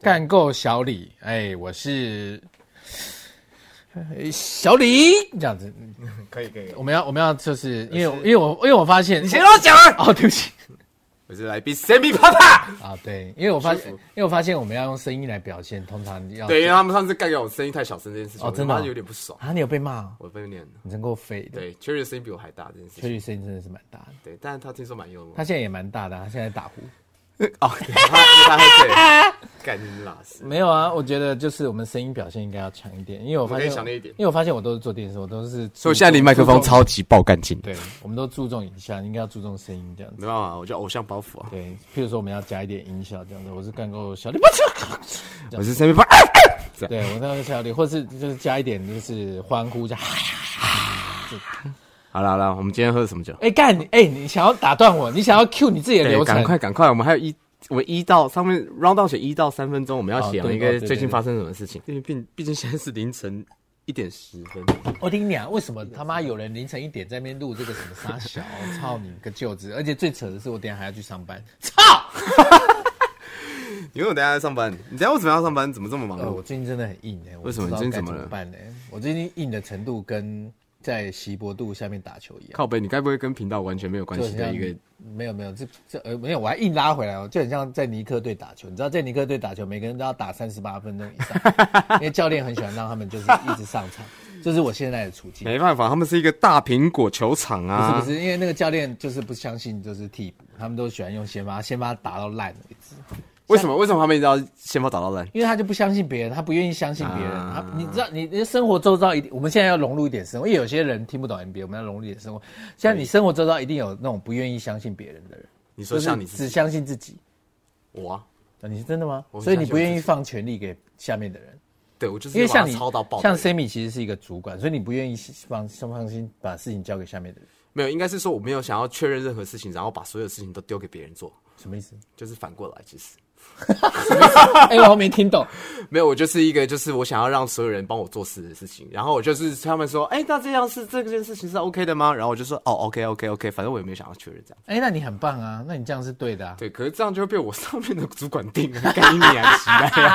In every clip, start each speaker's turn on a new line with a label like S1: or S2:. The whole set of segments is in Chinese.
S1: 干够小李，哎，我是呃小李，这样子，
S2: 可以可以，
S1: 我们要我们要就是因为
S2: 我
S1: 我因
S2: 是
S1: 为我因为我发现
S2: 你先让我讲啊！
S1: 哦，对不起
S2: 我是来宾 Sammy 爸爸，
S1: 啊，对，因为我发现
S2: 舒
S1: 因
S2: 服
S1: 为我发现我们要用声音来表现，通常要
S2: 对，因为他们上次干掉我声音太小声这件事情，
S1: 哦
S2: 我
S1: 真的哦
S2: 他妈有点不爽，
S1: 啊，你有被骂哦，
S2: 我被念了。
S1: 你真够废的，
S2: 对，Cherry 的声音比我还大这件事
S1: 秋
S2: 情，
S1: 雨声音真的是蛮大的，
S2: 对，但是他听说蛮幽默
S1: 他。现在也蛮大的啊，他现在打呼。
S2: 哦，对他他会对，干你拉屎。
S1: 没有啊，我觉得就是我们声音表现应该要强一点，因为我发现
S2: 我可以强烈一点
S1: 因为我发现我都是做电视，我都是注重，
S2: 所以我现在离麦克风
S1: 注重，
S2: 超级爆干净，
S1: 对，我们都注重影像，应该要注重声音这样子。
S2: 没办法，我就偶像包袱啊。
S1: 对，譬如说我们要加一点音效这样子，我是干够小李，不是，
S2: 我是 Sammy 爸爸，
S1: 对我那个小李，或是就是加一点就是欢呼这样。
S2: 好了好了，我们今天喝什么酒？
S1: 哎、干你哎、你想要打断我，你想要 cue 你自己的
S2: 对，
S1: 流程，
S2: 赶快赶快，我们还有一，我们一到上面 round 到写一到三分钟，我们要
S1: 哦
S2: 写
S1: 对
S2: 一
S1: 哦
S2: 个
S1: 对对
S2: 最近
S1: 对
S2: 发生什么事情，因为毕毕竟现在是凌晨一点十分，
S1: 我听你讲，为什么他妈有人凌晨一点在那边录这个什么傻小？操你个舅子！而且最扯的是，我等一下还要去上班。操！
S2: 因为我等一下要上班，你等一下为什么要上班？怎么这么忙
S1: 呃，我
S2: 碌？
S1: 最近真的很硬哎、我
S2: 嗯为什么
S1: 不知道
S2: 你最近
S1: 该
S2: 怎么
S1: 么
S2: 了
S1: 办呢、欸我最近硬的程度跟在席博度下面打球一样，
S2: 靠背，你该不会跟频道完全没有关
S1: 就
S2: 系
S1: 很
S2: 的
S1: 像
S2: 一个？
S1: 没有没有这这呃没有，我还硬拉回来哦，就很像在尼克队打球。你知道在尼克队打球，每个人都要打三十八分钟以 上，因为教练很喜欢让他们就是一直上场， 这是我现在的处境。
S2: 没办法，他们是一个大苹果球场
S1: 不是
S2: 啊
S1: 不！是，因为那个教练就是不相信就是替补，他们都喜欢用先发，先发打到烂为止。
S2: 为什么为什么他们一定要先把打到烂？
S1: 因为他就不相信别人，他不愿意相信别人。
S2: 啊
S1: 他你知道，你你的生活周遭一定，我们现在要融入一点生活，因为有些人听不懂 NBA，我们要融入一点生活。像你生活周遭一定有那种不愿意相信别人的人，
S2: 你说
S1: 就是
S2: 像你自
S1: 只
S2: 己，
S1: 相信自己。
S2: 我啊，
S1: 啊你是真的吗？
S2: 我
S1: 所以你
S2: 相信
S1: 不愿
S2: 我
S1: 意
S2: 自己
S1: 放权力给下面的人，
S2: 对我就是
S1: 因为像
S2: 把
S1: 你
S2: 它抄到爆的人，
S1: 像 Sammy 其实是一个主管，所以你不愿意放放心把事情交给下面的人，
S2: 没有，应该是说我没有想要确认任何事情，然后把所有事情都丢给别人做，
S1: 什么意 思？
S2: 就是反过来，其实
S1: 哎、我我没听懂。
S2: 没有，我就是一个就是我想要让所有人帮我做事的事情，然后我就是他们说，哎、那这样是这件事情是 OK 的吗？然后我就说，哦，OK OK OK，反正我也没有想要确认这样。
S1: 哎、那你很棒啊，那你这样是对的啊。
S2: 对，可是这样就会被我上面的啊主管定了，干你娘起来呀！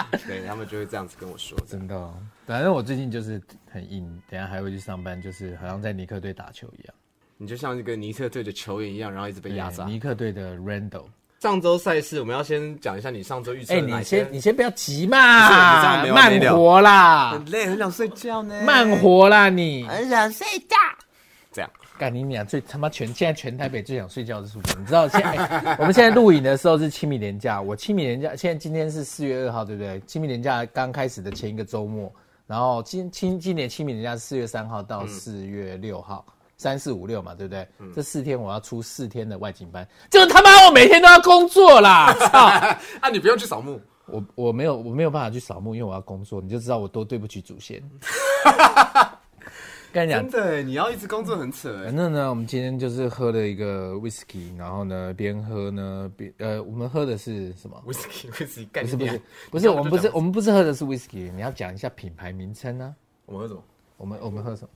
S2: 啊 对他们就会这样子跟我说，
S1: 真的、哦，反正我最近就是很硬，等一下还会去上班，就是好像在尼克队打球一样。
S2: 你就像一个尼特队的球员一样，然后一直被压榨
S1: 对。尼克队的 Randall，
S2: 上周赛事我们要先讲一下你上周预测
S1: 哎、
S2: 的哪
S1: 你
S2: 些。
S1: 先你先不要急
S2: 不是你这
S1: 嘛
S2: 样，没完没
S1: 慢
S2: 了哎
S1: 活啦
S2: 很，累，很想睡觉呢。
S1: 慢活啦你。
S2: 很想睡觉。这样，
S1: 干你娘！最他妈全现在全台北最想睡觉的是我，你知道现在、哎我们现在录影的时候是清明年假，我清明年假现在今天是四月二号，对不对？清明年假刚开始的前一个周末，然后今今今年清明年假是四月三号到四月六号，三四五六嘛，对不对？这四天我要出四天的外景班，就是他妈我每天都要工作啦！ 操！
S2: 啊，你不用去扫墓。
S1: 我我没有我没有办法去扫墓，因为我要工作，你就知道我多对不起祖先。跟你讲
S2: 真，的，你要一直工作很扯哎
S1: 反。正呃呢，我们今天就是喝了一个 whisky，然后呢，边喝呢，边呃，我们喝的是什么？
S2: whisky whisky
S1: 不
S2: 干你
S1: 是不是
S2: 娘
S1: 不
S2: 你
S1: 是，
S2: 要
S1: 我们
S2: 就
S1: 不是
S2: 讲
S1: 我们不是喝的是 whisky，你要讲一下品牌名称啊。
S2: 我们喝哎什么？
S1: 我们我们喝什么？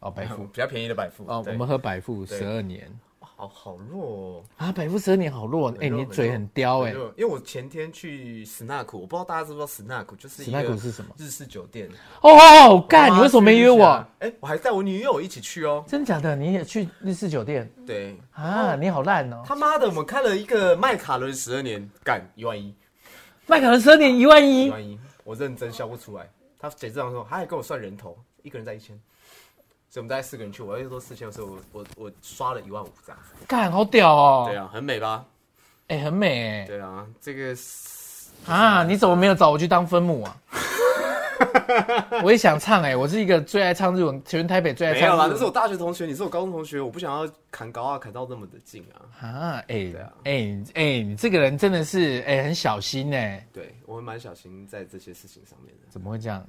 S1: 哦，百富
S2: 比较便宜的百富
S1: 哦，我
S2: 对
S1: 们喝百富十二年
S2: 好好弱哦。
S1: 啊，百富十二年好弱，哎，
S2: 弱
S1: 你
S2: 很
S1: 嘴
S2: 弱
S1: 很刁哎
S2: 很。弱因为我前天去史纳库，我不知道大家知不知道史纳库，就是一个
S1: Snack 是什么
S2: 日式酒店。
S1: 哦，干，
S2: 哇
S1: 你为什么没约我？？
S2: 哎，我还带我女友一起去哦。
S1: 真假的？你也去日式酒店
S2: 对，
S1: 啊？你好烂哦！
S2: 他妈的，我们开了一个麦卡伦十二年，干一万一，
S1: 麦卡伦十二年一万
S2: 一
S1: 一，
S2: 万一，我认真笑不出来。他结账的时候，他还跟我算人头，一个人在一千，所以我们大概四个人去，我要说四千，所以我我我刷了一万五这样子。
S1: 干好屌
S2: 对
S1: 哦！
S2: 啊，很美吧？
S1: 哎，很美
S2: 对啊，这个
S1: 哎啊！你怎么没有找我去当分母 啊？我也想唱哎、我是一个最爱唱日文，全台北最爱
S2: 没有啦，
S1: 唱日
S2: 那是
S1: 文。
S2: 我大学同学，你是我高中同学，我不想要砍高啊，砍到那么的近啊。
S1: 啊，哎
S2: 啊
S1: 哎哎，你这个人真的是哎、很小心哎、
S2: 对我会蛮小心在这些事情上面的，
S1: 怎么会这样？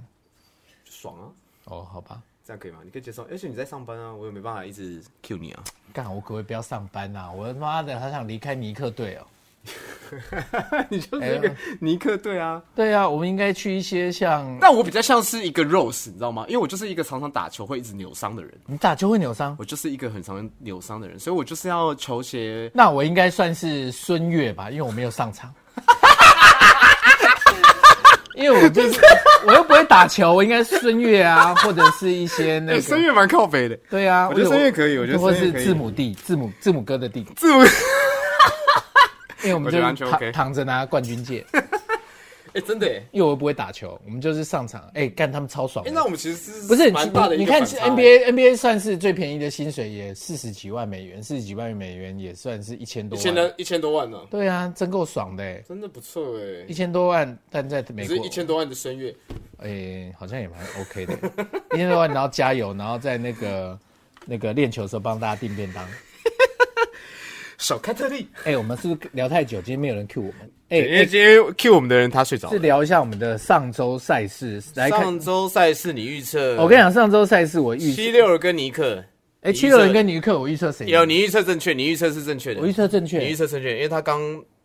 S2: 爽啊，
S1: 哦，好吧，
S2: 这样可以吗？你可以接受，而且你在上班啊，我也没办法一直 Q 你啊。
S1: 干我可不可以不要上班啊？我他妈的好想离开尼克队哦。
S2: 你就是一
S1: 哎
S2: 个尼克队啊，
S1: 对啊，我们应该去一些像
S2: 但我比较像是一个 Rose，你知道吗？因为我就是一个常常打球会一直扭伤的人，
S1: 你打球会扭伤，
S2: 我就是一个很常扭伤的人，所以我就是要球鞋。
S1: 那我应该算是孙悦吧，因为我没有上场。我就是我又不会打球，我应该孙悦啊，或者是一些那
S2: 哎，声
S1: 个。
S2: 乐蛮靠北的，
S1: 对啊，
S2: 我觉得声乐可以
S1: 有
S2: 我觉得
S1: 或
S2: 声
S1: 是
S2: 乐可以
S1: 字母弟、字母字母哥的弟弟，
S2: 字母。
S1: 因为我们
S2: 我
S1: 就
S2: 觉得完
S1: 是
S2: 全
S1: 躺
S2: OK
S1: 躺着拿冠军戒，
S2: 哎，真的哎，
S1: 因为我又不会打球，我们就是上场，哎，干他们超爽的
S2: 哎，。那我们其实是
S1: 不是
S2: 蛮大的
S1: 你你
S2: 一个
S1: 看
S2: 反差欸哎
S1: NBA NBA 算是最便宜的薪水，也四十几万美元，四十几万美元也算是一千多
S2: 一
S1: 万。
S2: 千多一千多万呢，
S1: 对啊，真够爽的欸，
S2: 真的不错哎
S1: 一。千多万，但在美
S2: 只
S1: 国
S2: 是一千多万的声乐，
S1: 诶、好像也蛮 OK 的， 一天到晚然后加油，然后在那个那个练球的时候帮大家订便当。
S2: 小开特利。
S1: 哎、我们是不是聊太久？今天没有人 Q 我们。哎、
S2: 因为今天 Q 我们的人他睡着
S1: 是
S2: 了。
S1: 聊一下我们的上周赛事来看。
S2: 上周赛事你预测，
S1: 我跟你讲，上周赛事我预
S2: 七六跟尼克，
S1: 哎，七六人跟尼克，我预测谁赢？
S2: 有你预测正确，你预测是正确的，
S1: 我预测正确。
S2: 你预测正确，因为他刚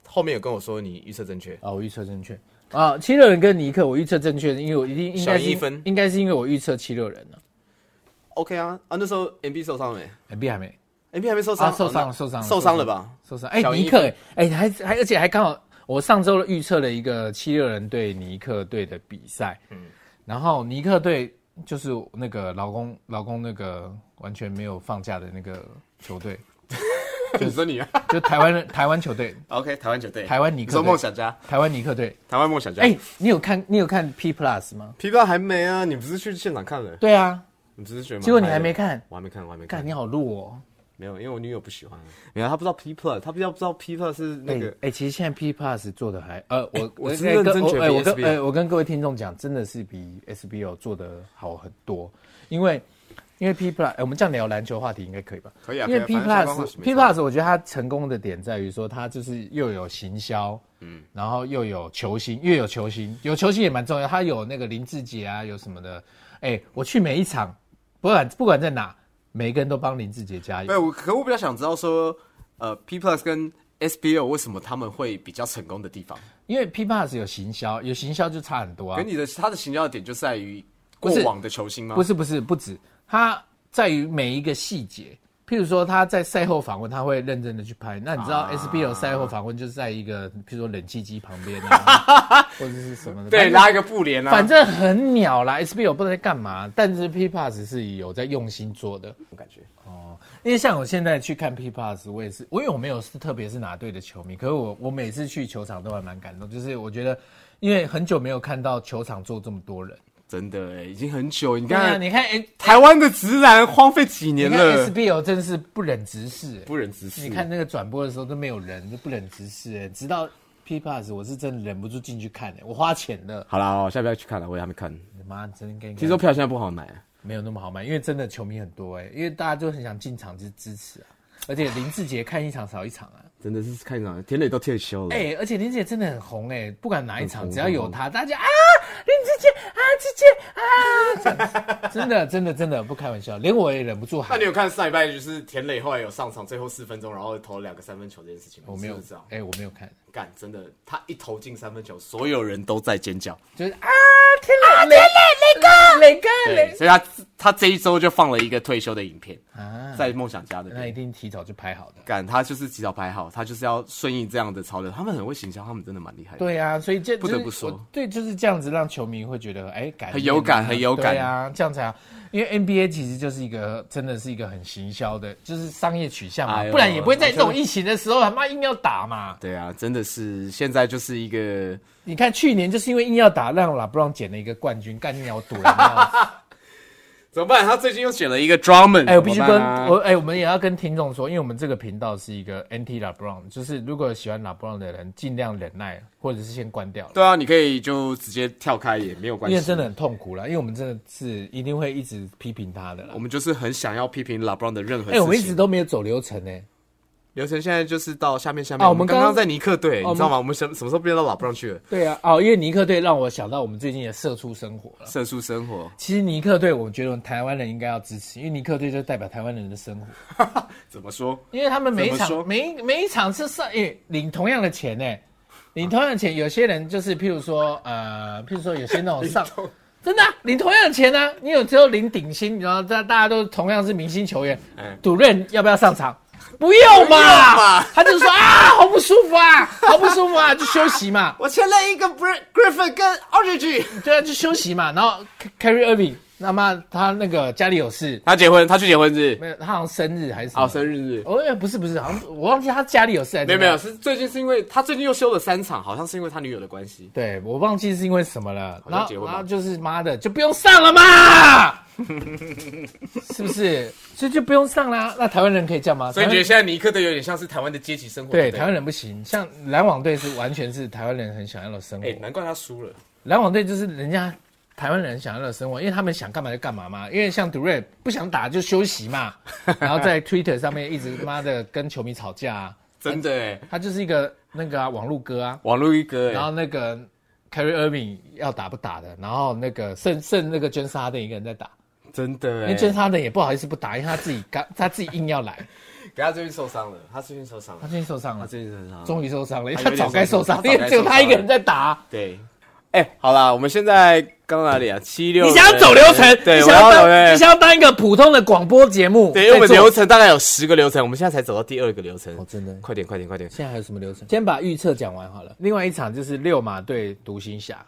S2: 后面有跟我说你预测正确，
S1: 啊，我预测正确啊，七六人跟尼克，我预测正确，因为我一定应该是
S2: 小一分
S1: 应该是因为我预测七六人啊了、
S2: OK 啊啊，那时候 MB 受伤没
S1: n b 还没
S2: ？MB 还没受伤，
S1: 啊，受伤
S2: 哦
S1: 了，受伤
S2: 那
S1: 了，
S2: 受伤了吧？
S1: 受伤。哎、
S2: 小一
S1: 尼克，哎、还还而且还刚好，我上周预测了一个七六人对尼克队的比赛，嗯，然后尼克队就是那个老公老公那个完全没有放假的那个球队，
S2: 你说你啊
S1: 就台湾人 台湾球队，
S2: ？OK，台湾球队，
S1: 台湾尼
S2: 你
S1: 克
S2: 说
S1: 队
S2: 梦想家，
S1: 台湾尼克队。
S2: 台湾梦想家。
S1: 哎、
S2: 哎，
S1: 你有看你有看 P Plus 吗？
S2: 皮包还没啊？你不是去现场看了？
S1: 对啊，
S2: 你不是觉得？
S1: 结果你还没，看，
S2: 我还没看，我还没
S1: 干
S2: 看
S1: 你。好弱哦。
S2: 没有，因为我女友不喜欢。啊没有，她不知道 P plus，她比较不知道 P plus 是那
S1: 哎、
S2: 个
S1: 哎、其实现在 P Plus 做的还呃，我、
S2: 我是
S1: 哎
S2: 认真
S1: 跟
S2: 觉得
S1: 哎
S2: 比
S1: 我跟
S2: SBL
S1: 哎、我跟各位听众讲，真的是比 SBO 做的好很多，因为因为 P Plus，、哎我们这样聊篮球话题应该可以吧？
S2: 可以啊
S1: 因为
S2: 可
S1: P
S2: 以啊反正相关话
S1: Plus
S2: 题没
S1: P
S2: 差
S1: Plus，我觉得它成功的点在于说，它就是又有行销，嗯，然后又有球星，又有球星，有球星也蛮重要，它有那个林志杰啊，有什么的，哎、我去每一场，不管不管在哪，每个人都帮林志杰加油
S2: 没。有，我可我比较想知道说，呃，P Plus 跟 SBO 为什么他们会比较成功的地方？
S1: 因为 P Plus 有行销，有行销就差很多啊。
S2: 跟你的他的行销点就在于
S1: 不
S2: 过
S1: 是
S2: 往的球星吗？
S1: 不是不是不止，它在于每一个细节。譬如说他在赛后访问，他会认真的去拍。那你知道
S2: 啊
S1: SBL 赛后访问就是在一个，譬如说冷气机旁边啊， 或者是什么的。
S2: 对，
S1: 反正
S2: 拉一个布帘啊，
S1: 反正很鸟啦，SBL 不知道在干嘛，但是 P Pass 是有在用心做的。哦
S2: 感觉
S1: 因为像我现在去看 P Pass，我也是，我因为我没有是特别是哪队的球迷，可是我我每次去球场都还蛮感动，就是我觉得因为很久没有看到球场坐这么多人。
S2: 真的哎，已经很久。你
S1: 对啊，
S2: 看
S1: 你看，哎，
S2: 台湾的直男荒废几
S1: 你
S2: 年
S1: 看
S2: 了，
S1: SBL 真是不忍直视、哎
S2: 不忍直视。
S1: 你看，那个转播的时候都没有人，就不忍直视、哎直到 P Pass，我是真的忍不住进去看、哎我花钱了，
S2: 好啦，我下不要去看了，我也还没看。
S1: 妈，真应该
S2: 听说票现在不好买，
S1: 没有那么好卖，因为真的球迷很多哎、因为大家就很想进场去支持啊，而且林志杰看一场少一场啊，
S2: 真的是看场田磊都退休了。
S1: 哎、而且林志杰真的很红哎、不管哪一场，
S2: 很红
S1: 只要有他，大家啊，林志杰啊，志杰 啊，这样子真的真的真的不开玩笑，连我也忍不住
S2: 那
S1: 喊
S2: 你，有看上礼拜就是田磊后来有上场最后四分钟，然后投了两个三分球这件事情吗？
S1: 我没有
S2: 你是不是知道，
S1: 哎、我没有看，
S2: 干真的，他一投进三分球，所有人都在尖叫。
S1: 就是啊，天磊，天磊，磊哥，磊哥，
S2: 对，
S1: 磊
S2: 所以他他这一周就放了一个退休的影片，
S1: 啊，
S2: 在梦想家的
S1: 那一
S2: 片。
S1: 定提早就拍好的。
S2: 敢他就是及早排好，他就是要顺应这样的潮流。他们很会行销，他们真的蛮厉害的。，
S1: 对啊，所以这
S2: 不得不说
S1: 就是我对，就是这样子让球迷会觉得哎，感
S2: 很有感
S1: 念啊
S2: 很有感
S1: 对啊，这样才好。因为 NBA 其实就是一个真的是一个很行销的，就是商业取向嘛，
S2: 哎呦
S1: 不然也不会在这种疫情的时候他妈硬要打嘛。
S2: 对啊，真的是现在就是一个
S1: 你看去年就是因为硬要打，让拉布朗捡了一个冠军，干你鸟躲人家。
S2: 怎么办？他最近又选了一个 Drummond，
S1: 哎，我必须
S2: 怎
S1: 跟
S2: 么办啊
S1: 我哎，我们也要跟听众说，因为我们这个频道是一个 NT 拉布朗，就是如果喜欢拉布朗的人，尽量忍耐，或者是先关掉。
S2: 对啊，你可以就直接跳开也没有关
S1: 因
S2: 系，
S1: 为真的很痛苦啦，因为我们真的是一定会一直批评他的啦
S2: 我。们就是很想要批评 LeBron 的任何事
S1: 哎、
S2: 情。
S1: 我们一直都没有走流程呢、
S2: 流程现在就是到下面下面，
S1: 啊
S2: 我们
S1: 我们刚
S2: 刚刚在尼克队，
S1: 哦
S2: 你知道吗？我们什什么时候变到 LeBron 去了？
S1: 对啊，哦，因为尼克队让我想到我们最近的社畜生活了。
S2: 社畜生活
S1: 其实尼克队，我觉得我们台湾人应该要支持，因为尼克队就代表台湾人的生活，
S2: 怎么说？
S1: 因为他们每一
S2: 怎么说
S1: 场每一每一场是上，哎、领同样的钱呢、领同样的钱，有些人就是譬如说，呃，譬如说有些那种上。真的啊、领同样的钱呢、啊，你有只有领顶薪，然后大大家都同样是明星球员
S2: 哎，
S1: 主任要不要上场？不用
S2: 用
S1: 嘛
S2: 嘛，
S1: 他就说啊，好不舒服啊，好不舒服啊，就休息嘛，
S2: 我签了一个 Bri- Griffin 跟 Orange，
S1: 对啊，就休息嘛。然后 Carrie Irving，那么他那个家里有事，
S2: 他结婚，他去结婚日，
S1: 没有，他好像生日还是什
S2: 哦，啊
S1: 么？
S2: 生日日，
S1: 哦，哎不是不是，好像我忘记他家里有事还是怎
S2: 没有
S1: 么
S2: 没
S1: 样
S2: 有，是最近是因为他最近又休了三场，好像是因为他女友的关系。
S1: 对我忘记是因为什么了，
S2: 像
S1: 然后
S2: 结婚吧
S1: 然后就是妈的就不用上了嘛， 是不是？所以就不用上啦。那台湾人可以这样吗？
S3: 所以你
S1: 台
S3: 觉得
S1: 湾
S3: 现在尼克的有点像是台湾的阶级生活？
S1: 哎对
S3: 不
S1: 台湾人不行，像篮网队是完全是台湾人很想要的生活
S2: 哦
S3: 哎、。难怪他输了。
S1: 篮网队就是人家台湾人想要的生活，因为他们想干嘛就干嘛嘛。因为像杜瑞不想打就休息嘛，然后在 Twitter 上面一直妈的跟球迷吵架、啊，
S2: 真的哎，
S1: 他就是一个那个、啊、网络哥啊。
S2: 网络一哥
S1: 然
S2: 哎，
S1: 后那个 Carry Irving 要打不打的，然后那个剩剩那个 j a m e 一个人在打，
S2: 真的
S1: 因
S2: 哎
S1: 为 j a m e 也不好意思不打，因为他自己 刚他自己硬要来，
S2: 给他最近受伤了，他最近受伤
S1: 他
S2: 了，
S1: 最近受伤了
S2: 他，最近受伤了。
S1: 终于受伤了，因为他
S2: 他有点
S1: 早该受伤
S2: 受，伤
S1: 因为只有他一个人在打。
S2: 对，哎、好啦，我们现在刚哪里啊？七六
S1: 你
S2: 人，
S1: 想要走流程，
S2: 对，
S1: 你
S2: 我
S1: 想要
S2: 要走
S1: 当你
S2: 流程。
S1: 想要当一个普通的广播节目，
S2: 对，因为我们
S1: 在做
S2: 流程大概有十个流程，我们现在才走到第二个流程。
S1: 哦真的
S2: 快点，快点，快点！
S1: 现在还有什么流程？先把预测讲完好了。另外一场就是六马对独行侠，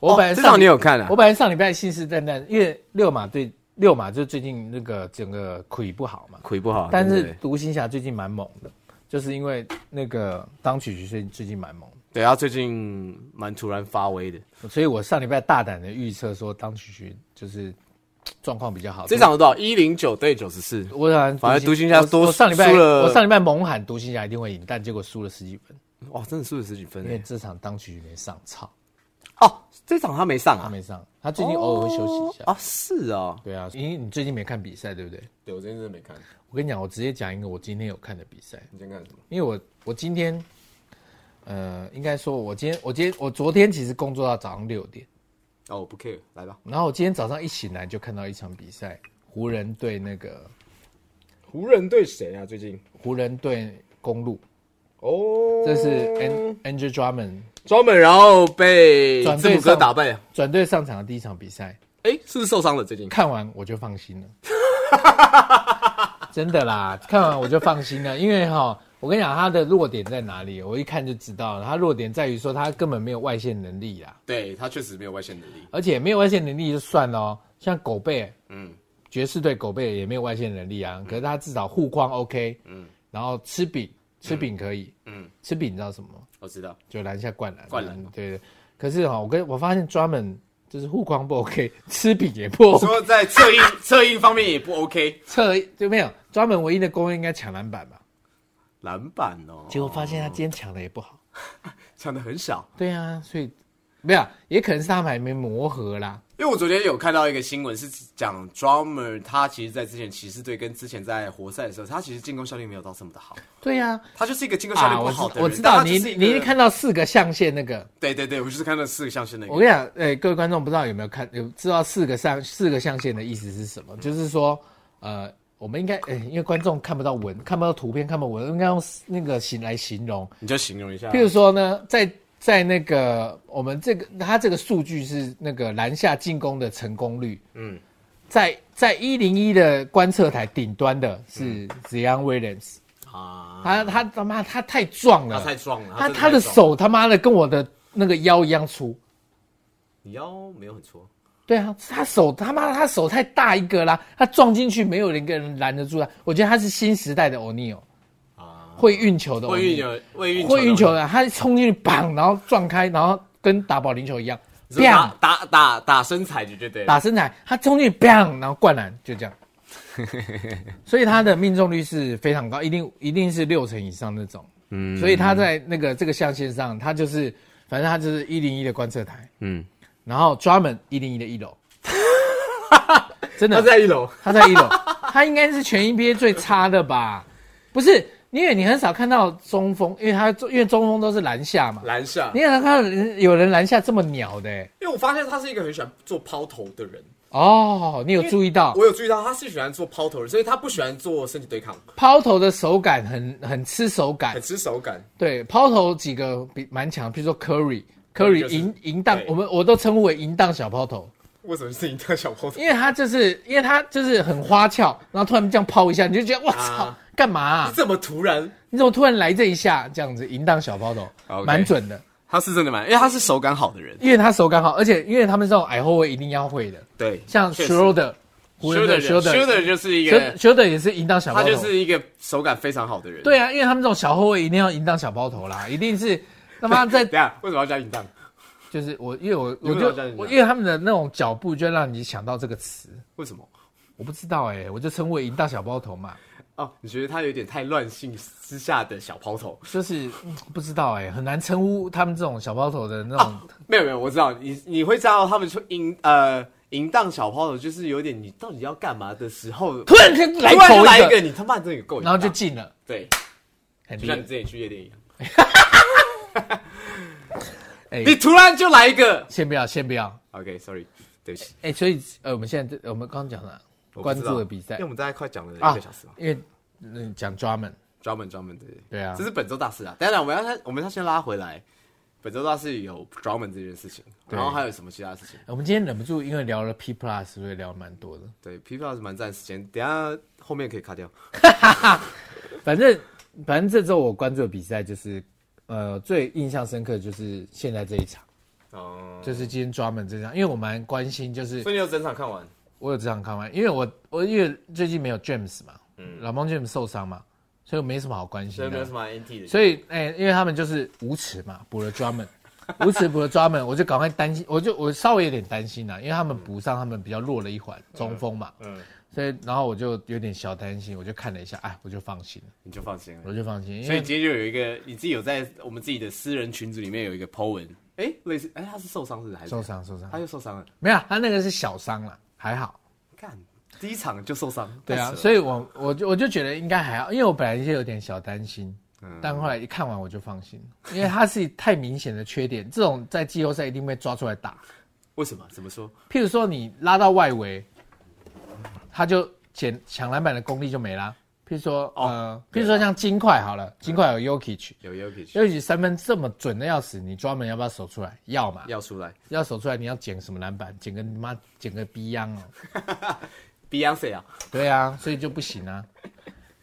S1: 我本来
S2: 哦这
S1: 上
S2: 场你有看啊
S1: 我本来上礼拜信誓旦旦，因为六马对六马就最近那个整个腿不好嘛，
S2: 亏不好，
S1: 但
S2: 啊对
S1: 是
S2: 不对
S1: 独行侠最近蛮猛的，就是因为那个当曲曲最最近蛮猛的，
S2: 对他最近蛮突然发威的。
S1: 所以我上礼拜大胆的预测说当曲曲就是嘖状况比较好。
S2: 这场多少？一零九对九十四，
S1: 我想
S2: 反而独行侠多
S1: 我我上礼拜
S2: 输了
S1: 我上礼拜猛喊独行侠一定会赢，但结果输了十几分，
S2: 哇，真的输了十几分
S1: 因为
S2: 哎！
S1: 这场当曲曲没上，操，
S2: 哦，这场他没上
S1: 他
S2: 啊，
S1: 没上，他最近偶尔会休息一下。
S2: 啊，是哦，
S1: 对啊，因为你最近没看比赛，对不对？
S3: 对我最近真的没看，
S1: 我跟你讲，我直接讲一个我今天有看的比赛，
S3: 你先看什么？
S1: 因为我我今天，呃，应该说，我今天我今天我昨天其实工作到早上六点，
S2: 哦，我不 care，来吧，
S1: 然后我今天早上一醒来就看到一场比赛，湖人对那个
S3: 湖人对谁啊？最近
S1: 湖人对公路，
S3: 哦，
S1: 这是 An Andrew Drummond
S2: 专门然后被
S1: 转
S2: 字
S1: 队
S2: 母哥
S1: 上
S2: 打败，
S1: 转队上场的第一场比赛，
S2: 哎，是不是受伤了？最近
S1: 看完我就放心了， 真的啦，看完我就放心了，因为哈，我跟你讲他的弱点在哪里，我一看就知道了，他弱点在于说他根本没有外线能力啦，
S3: 对他确实没有外线能力，
S1: 而且没有外线能力就算了哦，像狗贝，
S3: 嗯，
S1: 爵士队狗贝也没有外线能力啊，可是他至少护框 OK，嗯，然后吃饼吃饼可以，嗯
S3: 嗯，
S1: 吃饼你知道什么吗？
S3: 我知道，
S1: 就拦下灌篮，
S3: 灌篮
S1: 对对。可是哈、我跟我发现专门就是护框不 OK，吃 饼也不 OK，
S3: 说在侧应侧应方面也不 OK，
S1: 侧就没有专门唯一的功用应该抢篮板吧？
S2: 篮板哦，
S1: 结果发现他今天抢的也不好。
S2: 抢的很少。
S1: 对啊，所以没有，也可能是他们还没磨合啦。
S3: 因为我昨天有看到一个新闻是讲 Drummer，他其实，在之前骑士队跟之前在活塞的时候，他其实进攻效率没有到这么的好，
S1: 对呀、
S3: 他就是一个进攻效率
S1: 啊，
S3: 不
S1: 我
S3: 好的
S1: 知
S3: 人。
S1: 我知道
S3: 但他
S1: 你
S3: 就是一个
S1: 你一看到四个象限那个，
S3: 对对对，我就是看到四个象限那个，
S1: 我跟你讲，哎、各位观众不知道有没有看，有知道四个象四个象限的意思是什么？就是说，呃，我们应该，哎、因为观众看不到文，看不到图片，看不到文，应该用那个形来形容。
S3: 你就形容一下
S1: 譬如说呢，在在那个我们这个它这个数据是那个篮下进攻的成功率，嗯，在在一零一的观测台顶端的
S3: 嗯
S1: 是 Zion Williams，、
S3: 啊，
S1: 他他他妈他太壮
S3: 他
S1: 了，
S3: 太壮了，
S1: 他
S3: 真
S1: 他
S3: 太
S1: 的
S3: 壮了，
S1: 手他妈的跟我的那个腰一样粗，
S3: 你腰没有很粗，
S1: 对啊，他手他妈的他手太大一个啦，他撞进去没有一个人拦得住他，我觉得他是新时代的 O'Neal 啊，会运球的 O'Neal，
S3: 会运球，会运球，
S1: 会运球的，他冲进去砰，然后撞开，然后跟打保龄球一样，
S3: 你说
S1: 砰
S3: 打打打打身材就对对了，
S1: 打身材，他冲进去砰，然后灌篮，就 这样。所以他的命中率是非常高，一定一定是六成以上那种。嗯，所以他在那个这个象限上，他就是反正他就是一零一的观测台，
S2: 嗯，
S1: 然后专门一零一的 一楼，真的
S2: 他在一楼，
S1: 他在一楼， 他应该是全 NBA 最差的吧？不是，因为你很少看到中锋，因为他因为中锋都是篮下嘛，
S3: 篮下，
S1: 你很少看到人有人篮下这么鸟的、欸、
S3: 因为我发现他是一个很喜欢做抛投的人，
S1: 哦，你有注意到
S3: 我有注意到他是喜欢做抛投的人，所以他不喜欢做身体对抗，
S1: 抛投的手感很很吃手感
S3: 很，吃手感。
S1: 对，抛投几个比蛮强，比如说 Curry。
S3: Curry
S1: Curry
S3: 就是
S1: 淫淫荡，
S3: 对
S1: 我们我都称呼为淫荡小抛投，
S4: 为什么是你跳小炮
S1: 因为他就是因为他就是很花俏，然后突然这样抛一下，你就觉得哇操，干嘛啊？
S4: 这么突然？
S1: 你怎么突然来这一下？这样子淫荡小抛投，
S4: OK
S1: 蛮准的，
S2: 他是真的蛮，因为他是手感好的人。
S1: 因为他手感好，而且因为他们这种矮后卫一定要会的，
S4: 对，
S1: 像
S2: 确实
S1: Schroeder、
S2: 修的人，修的人就是一个，
S1: Schroeder 也是淫荡小抛
S2: 他
S1: 投，
S2: 就是一个手感非常好的人。，
S1: 对啊，因为他们这种小后卫一定要淫荡小抛投啦，一定是他妈在
S2: 等一下为什么要加淫荡？
S1: 就是我，因为我
S2: 你为
S1: 我
S2: 什么
S1: 就
S2: 要这样讲
S1: 我因为他们的那种脚步，就会让你想到这个词。
S2: 为什么？
S1: 我不知道哎、我就称为淫荡小包头嘛，
S2: 哦，你觉得他有点太乱性之下的小抛头？
S1: 就是、嗯不知道哎、很难称呼他们这种小包头的那种。
S2: 没有没有，我知道你你会知道他们说淫呃淫荡小抛头，就是有点你到底要干嘛的时候，
S1: 突然间来
S2: 突然就
S1: 头
S2: 来
S1: 一
S2: 一
S1: 个，
S2: 个，你他妈真的有够淫
S1: 然
S2: 荡，
S1: 后就进了，
S2: 对，
S1: 很
S2: 就
S1: 厉
S2: 像你
S1: 害
S2: 之。前去夜店一样，
S1: 哎、
S2: 你突然就来一个。
S1: 先不要，先不要。
S2: OK，sorry，、对不起，
S1: 哎、所以呃，我们现在这我们刚刚讲了
S2: 我不
S1: 关
S2: 知
S1: 注
S2: 道
S1: 的比赛
S4: 因为我们大概快讲了
S1: 啊
S4: 一个小时嘛，，
S1: 因为嗯讲抓门，
S2: 专门专门对
S1: 对啊
S2: 这是本周大事啊。当然，我们要先我们要先拉回来，本周大事有专门这件事情，然后还有什么其他事情？
S1: 我们今天忍不住，因为聊了 P Plus，所以聊了蛮多的。
S2: 对，P P 是蛮占时间，等一下后面可以卡掉。
S1: 反正反正这周我关注的比赛就是，呃，最印象深刻就是现在这一场，
S2: 哦、
S1: 就是今天专门这场，因为我蛮关心，就是
S2: 所以你有整场看完？
S1: 我有这场看完，因为我我因为最近没有 James 嘛，嗯，老蒙 James 受伤嘛，所以我没什么好关心
S2: 所以没有
S1: 的
S2: 什。么 NT 的。
S1: 所以，哎、因为他们就是无耻嘛，补了专门， 无耻补了专门，我就赶快担心，我就我稍微有点担心啦，啊因为他们补上他们比较弱的一环中锋嘛，嗯，所以然后我就有点小担心，我就看了一下，哎，我就放心了，
S2: 你就放心了。
S1: 我就放心，因
S2: 所以
S1: 为
S2: 今天就有一个你自己有在我们自己的私人群组里面有一个 po 文，哎、类似哎、他是受伤是不是还是
S1: 受？伤受伤
S2: 他，又受伤了，
S1: 没有，啊他那个是小伤了，还好。
S2: 看第一场就受伤，
S1: 对啊，所
S2: 以
S1: 以我我就我就觉得应该还好，因为我本来就有点小担心，
S2: 嗯
S1: 但后来一看完我就放心，因为他是太明显的缺点，这种在季后赛一定被抓出来打。
S2: 为什么？怎么说？
S1: 譬如说你拉到外围，他就捡抢篮板的功力就没啦。譬如说、
S2: 哦啊
S1: 呃，譬
S2: 对啊
S1: 如说像金块好了，金块有 Yokich。
S2: 有 y o k i
S1: Yokich 三分这么准的要死，你抓门要不要守出来？要嘛，
S2: 要出来
S1: 要守出来，你要捡什么篮板？捡个你妈捡个逼 样哦！
S2: ，Beyonce 啊，
S1: 对啊，所以就不行啊，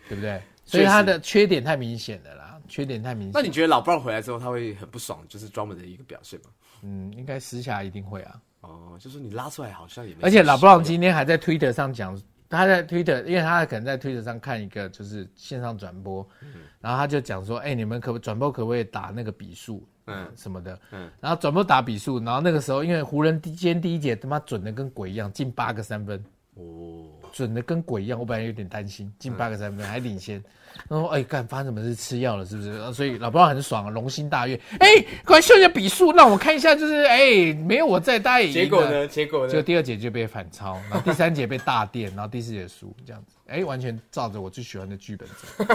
S1: 对不对？所以他的缺点太明显了啦，缺点太明
S2: 那
S1: 显。
S2: 你觉得老布朗回来之后他会很不爽，就是专门的一个表现吗？
S1: 嗯，应该私下一定会啊。
S2: 哦，就说你拉出来好像也没，
S1: 而且老布朗今天还在推特上讲，他在推特，因为他可能在推特上看一个就是线上转播，
S2: 嗯
S1: 然后他就讲说，哎、你们可不转播可不可以打那个比数？嗯，什么的，嗯，然后转播打比数，然后那个时候因为湖人第今天第一节他妈准的跟鬼一样，进八个三分，
S2: 哦，
S1: 准的跟鬼一样，我本来有点担心，进
S2: 嗯
S1: 八个三分、还领先，然后哎，干发生什么事？吃药了是不是？呃所以老布朗很爽啊，龙心大悦，哎，快秀一下比数，让我看一下，就是哎，没有我在，大家也赢了
S2: 结果？呢？结果
S1: 就
S2: 呢？
S1: 第二节就被反超，然后第三节被大电，然后第四节输，这样子，哎，完全照着我最喜欢的剧本走。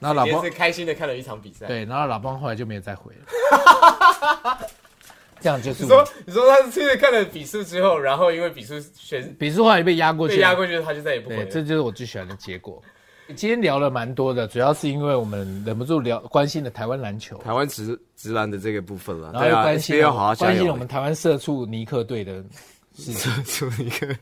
S1: 然后老
S2: 今天
S1: 布
S2: 是开心的看了一场比赛。
S1: 对，然后老布朗后来就没有再回了，这样就是
S2: 你
S1: 我
S2: 说，你说他是看了比数之后，然后因为比数选
S1: 比数后来被压过去，
S2: 被压过去，他就再也不回
S1: 对，
S2: 了。
S1: 这就是我最喜欢的结果。今天聊了蛮多的，主要是因为我们忍不住聊关心的台湾篮球，
S4: 台湾直直男的这个部分了，
S1: 然后
S4: 对
S1: 又
S4: 啊
S1: 关心
S4: b 要好好加
S1: 关心我
S4: 油
S1: 们。台湾社畜尼克队的。
S4: 这 出一个，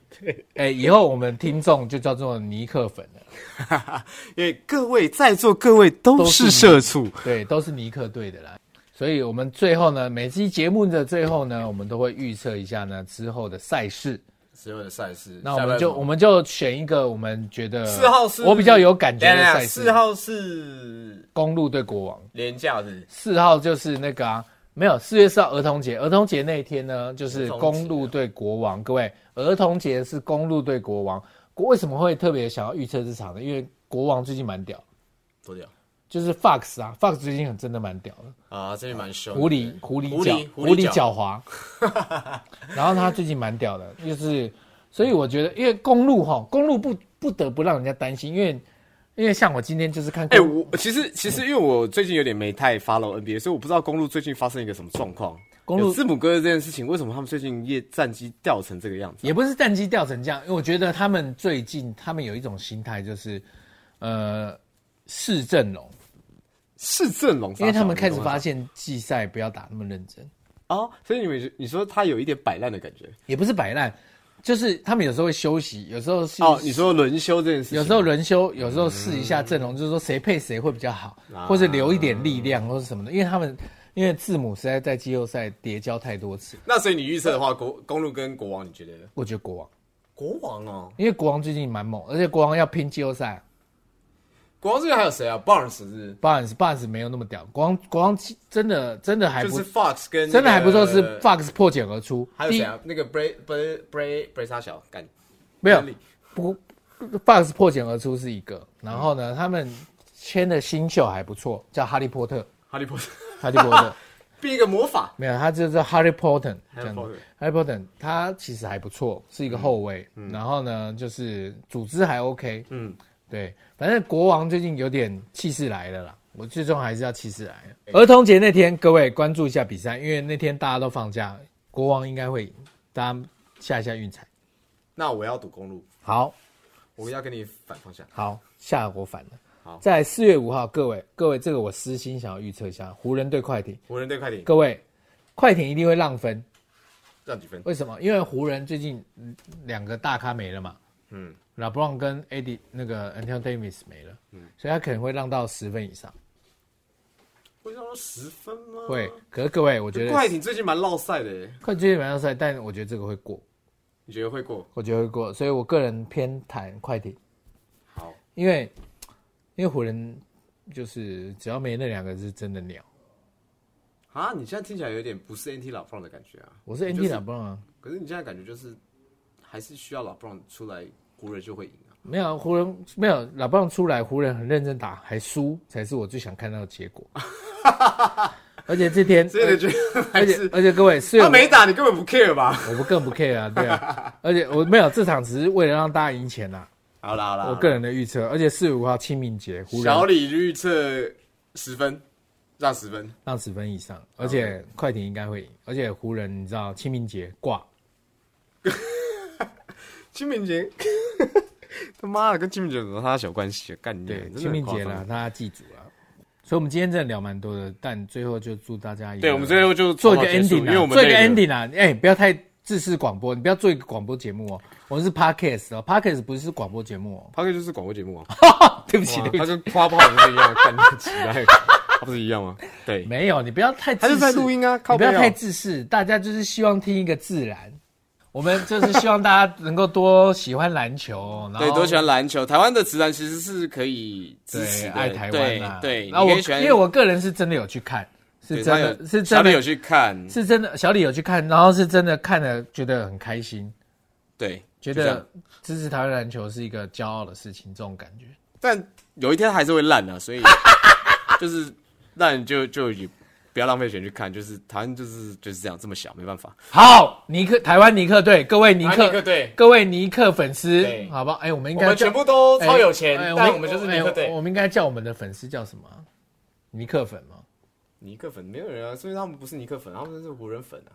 S1: 哎、以后我们听众就叫做尼克粉了，
S4: 因为各位在座各位都是社畜，
S1: 对，都是尼克队的啦。所以我们最后呢，每期节目的最后呢，我们都会预测一下呢之后的赛事。
S2: 所有的赛事，
S1: 那我们就我们就选一个我们觉得
S2: 四号是
S1: 我比较有感觉
S2: 等一
S1: 的
S2: 下
S1: 赛
S2: 四
S1: 事，
S2: 号是
S1: 公路对国王。
S2: 廉价日，
S1: 四号就是那个啊，没有四月四号儿童节，儿童节那一天呢，就是
S2: 啊
S1: 公路对国王。各位，儿童节是公路对国王。国为什么会特别想要预测这场呢？因为国王最近蛮屌，
S2: 多屌
S1: 就是 Fox 啊，Fox 最近很真的蛮屌的，
S2: 啊！这里蛮凶的，
S1: 狐狸狐狸
S2: 狐
S1: 狡
S2: 狸
S1: 狐狸
S2: 狸
S1: 狡猾， 然后他最近蛮屌的，就是所以我觉得，因为公路哈，公路不不得不让人家担心，因为因为像我今天就是看
S2: 哎、
S1: 公
S2: 我其实其实因为我最近有点没太 follow NBA，所以我不知道公路最近发生一个什么状况。
S1: 公路
S2: 有字母哥的这件事情，为什么他们最近业战绩掉成这个样子？
S1: 也不是战绩掉成这样，因为我觉得他们最近他们有一种心态，就是呃市阵容，
S2: 是阵容杀
S1: 因
S2: 小，
S1: 为他们开始
S2: 你懂吗
S1: 发现季赛不要打那么认真，
S2: 哦，所以你们你说他有一点摆烂的感觉
S1: 也不是摆烂，就是他们有时候会休息，有时候是
S2: 哦。你说轮休这件事情，
S1: 有时候轮休，有时候试一下阵容，就是说谁配谁会比较好，
S3: 啊
S1: 或者留一点力量或者什么的，因为他们因为字母实在在季后赛叠交太多次，
S3: 那所以你预测的话，国公路跟国王，你觉得
S1: 我觉得国王，
S3: 国王哦，
S1: 因为国王最近蛮猛，而且国王要拼季后赛，
S3: 国王这边还有谁啊？Barnes 是不是
S1: 巴恩斯巴恩斯没有那么屌，国王国王真的真的还
S3: 就
S1: 不
S3: 是 Fox 跟那个
S1: 真的还不错，是 Fox 破茧而出，
S3: 还有
S1: 第
S3: 谁
S1: 一
S3: 啊？那个 Bray Bray Bray Bray 沙小干
S1: 没有
S3: Bradley
S1: 不，Fox 破茧而出是一个，然后呢，他们签的新秀还不错，叫哈利波特，
S3: 哈利波 特，
S1: 哈利 波特
S3: 变一个魔法，
S1: 没有，他就是 Harry Potter 这样子
S3: Potter
S1: ，Harry Potter 他其实还不错，是一个后卫，然后呢，就是组织还 OK，嗯，对，反正国王最近有点气势来了啦。我最终还是要气势来了。儿童节那天，各位关注一下比赛，因为那天大家都放假，国王应该会赢，大家下一下运彩。
S3: 那我要赌公路，
S1: 好，
S3: 我要跟你反方向。
S1: 好，下我反了。
S3: 好
S1: 在四月五号，各位各位，这个我私心想要预测一下，湖人对快艇，
S3: 湖人队快点
S1: 各位，快艇一定会让分，
S3: 让几分？
S1: 为什么？因为湖人最近嗯两个大咖没了嘛，
S3: 嗯
S1: 嗯，拉布朗跟 AD 那个 Antonio Davis 没了，
S3: 嗯
S1: 所以他可能会让到十分以上，
S3: 会让到十分吗？
S1: 会。可是各位，我觉得
S3: 快艇最近蛮落赛的耶，
S1: 快接近完赛，但我觉得这个会过，
S3: 你觉得会过？
S1: 我觉得会过，所以我个人偏袒快艇，
S3: 好，
S1: 因为因为湖人就是只要没那两个是真的鸟，
S3: 啊，你现在听起来有点不是 NT 老 b 的感觉啊。
S1: 我是
S3: 你就
S1: NT 拉布朗啊。
S3: 可是你现在感觉就是还是需要老 b 出来，湖人就会赢啊。
S1: 没有湖人没有老棒出来，湖人很认真打，还输才是我最想看到的结 果。而且这天，
S3: 所以你觉得
S1: 而
S3: 哎还
S1: 且
S3: 是
S1: 而且各位，虽然
S3: 他
S1: 我
S3: 没打，你根本不 care 吧？
S1: 我不更不 care 啊，对 啊。而且我没有这场只是为了让大家赢钱呐、
S3: 好啦好啦，
S2: 啊
S1: 我个人的预测。而且四月五号清明节，湖人
S3: 小李预测十分，让十分。
S1: 让十分以上，而
S2: 啊
S1: 且快艇应该会赢。而且湖人你知道清明节挂，
S2: 清明节， 他妈的跟清明节有什么他小关系啊？干你
S1: 对
S2: 真，的
S1: 清明节
S2: 很夸
S1: 了，
S2: 张。
S1: 大家记住了。所以我们今天真的聊蛮多的，但最后就祝大家一个
S2: 对，我们最后就
S1: 做一个
S2: 草草结束
S1: ending，、啊、
S2: 因为我们
S1: 做一个
S2: 那
S1: ending 啊，哎、不要太自视广播，你不要做一个广播节目哦，我们是 podcast 哦，podcast 不是广播节目 哦，
S2: 他可以就是广播节目啊，
S1: 对不起，对不
S2: 他
S1: 起，
S2: 跟花炮不是一样，干你起来，他不是一 样吗？对，
S1: 没有，你不要太自
S2: 他
S1: 视，
S2: 就在录音啊，靠
S1: 你不
S2: 背
S1: 要太
S2: 啊。
S1: 自视，大家就是希望听一个自然，我们就是希望大家能够多喜欢篮球，然后
S2: 对，多喜欢篮球，台湾的直男其实是可以支持
S1: 对
S2: 的，
S1: 爱台湾
S2: 对
S1: 啊，
S2: 对，
S1: 那
S2: 你
S1: 我
S2: 可以喜欢，
S1: 因为我个人是真的有去看，是
S2: 对
S1: 真
S2: 他有
S1: 的，是
S2: 小
S1: 真
S2: 李有
S1: 的。
S2: 去看，
S1: 是真的，小李有去看，然后是真的看了，觉得很开心，
S2: 对，
S1: 觉
S2: 就这样
S1: 得支持台湾篮球是一个骄傲的事情，这种感觉。
S2: 但有一天还是会烂啊，所以就是烂就就也不要浪费钱去看，就是台湾就是就是这样这么小，没办法。啊
S1: 好，尼克台湾尼克队，各位尼
S3: 尼
S1: 克
S3: 克队
S1: 各位尼克粉丝
S3: 对，
S1: 好不好？哎、我们应
S3: 我
S1: 该
S3: 们
S1: 叫
S3: 全部都
S1: 哎
S3: 超有钱，
S1: 哎
S3: 但我们就是尼克队
S1: 哎。我们应该叫我们的粉丝叫什么啊？尼克粉吗？
S3: 尼克粉没有人啊，所以他们不是尼克粉，他们是湖人粉啊。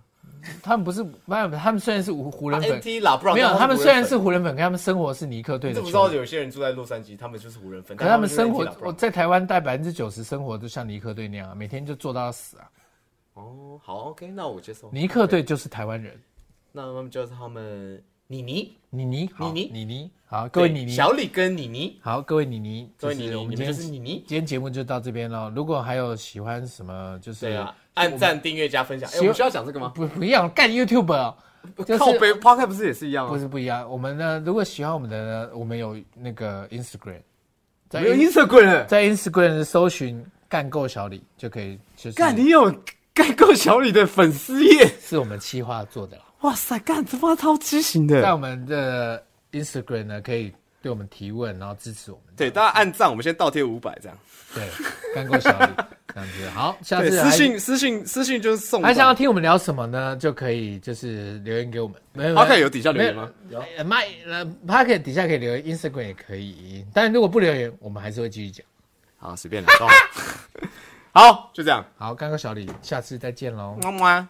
S1: 他们不是，没有，他们虽然是湖湖人粉，
S3: NT 拉布朗
S1: 没有，他们虽然是
S3: 湖
S1: 湖人粉，可他们生活是尼克队
S3: 人粉，你怎
S1: 的球
S3: 么知道
S1: 迷，
S3: 有些人住在洛杉矶，他们就是湖人粉？
S1: 可他们
S3: 但就是
S1: 生
S3: NT
S1: 活
S3: 拉布
S1: 我
S3: 朗
S1: 在台湾大概百分之九十生活就像尼克队那样啊，每天就做到要死啊。
S3: 哦，好，OK，那我接受。
S1: 尼克队就是台湾人，
S3: 那他们就是他们妮妮、
S1: 妮妮，好
S3: 妮妮
S1: 妮妮，好，各位
S3: 对
S1: 妮妮，
S3: 小李跟妮妮，
S1: 好，各位妮妮，
S3: 各位
S1: 就是
S3: 妮妮，
S1: 我
S3: 你们
S1: 们今
S3: 就
S1: 天
S3: 是妮妮。
S1: 今天节目就到这边了。如果还有喜欢什么，就是
S3: 对啊，按赞、订阅、加分享。哎，我
S1: 希
S3: 们
S1: 望
S3: 需要讲这个吗？
S1: 不不一样，干 YouTube 哦就是
S2: 靠背 p o c a 不是也是一样
S1: 不
S2: 吗？
S1: 是不一样。我们呢，如果喜欢我们的呢，我们有那个 Instagram，在
S2: 没有 Instagram 了，
S1: 在 Instagram 搜寻“干够小李”就可以，就是
S2: 干你有盖够小李的粉丝页，
S1: 是我们企划做的啦。
S2: 哇塞，干他妈超畸形
S1: 在
S2: 的。
S1: 我们的 Instagram 呢，可以对我们提问，然后支持我们。
S2: 对，大家按赞，我们先倒贴五百这样。
S1: 对，干够小 李这样子。好，下
S2: 对，
S1: 次
S2: 私
S1: 还
S2: 信私信私信就是送到。
S1: 还想要听我们聊什么呢？就可以就是留言给我们。没有
S2: p o c a 有底下留言吗？？
S1: 没有呃麦呃 p o c k e t 底下可以留言，Instagram 也可以。但如果不留言，我们还是会继续讲。
S2: 好，随便了。都好好，就这样。
S1: 好，刚刚小李，下次再见喽。
S2: 么么。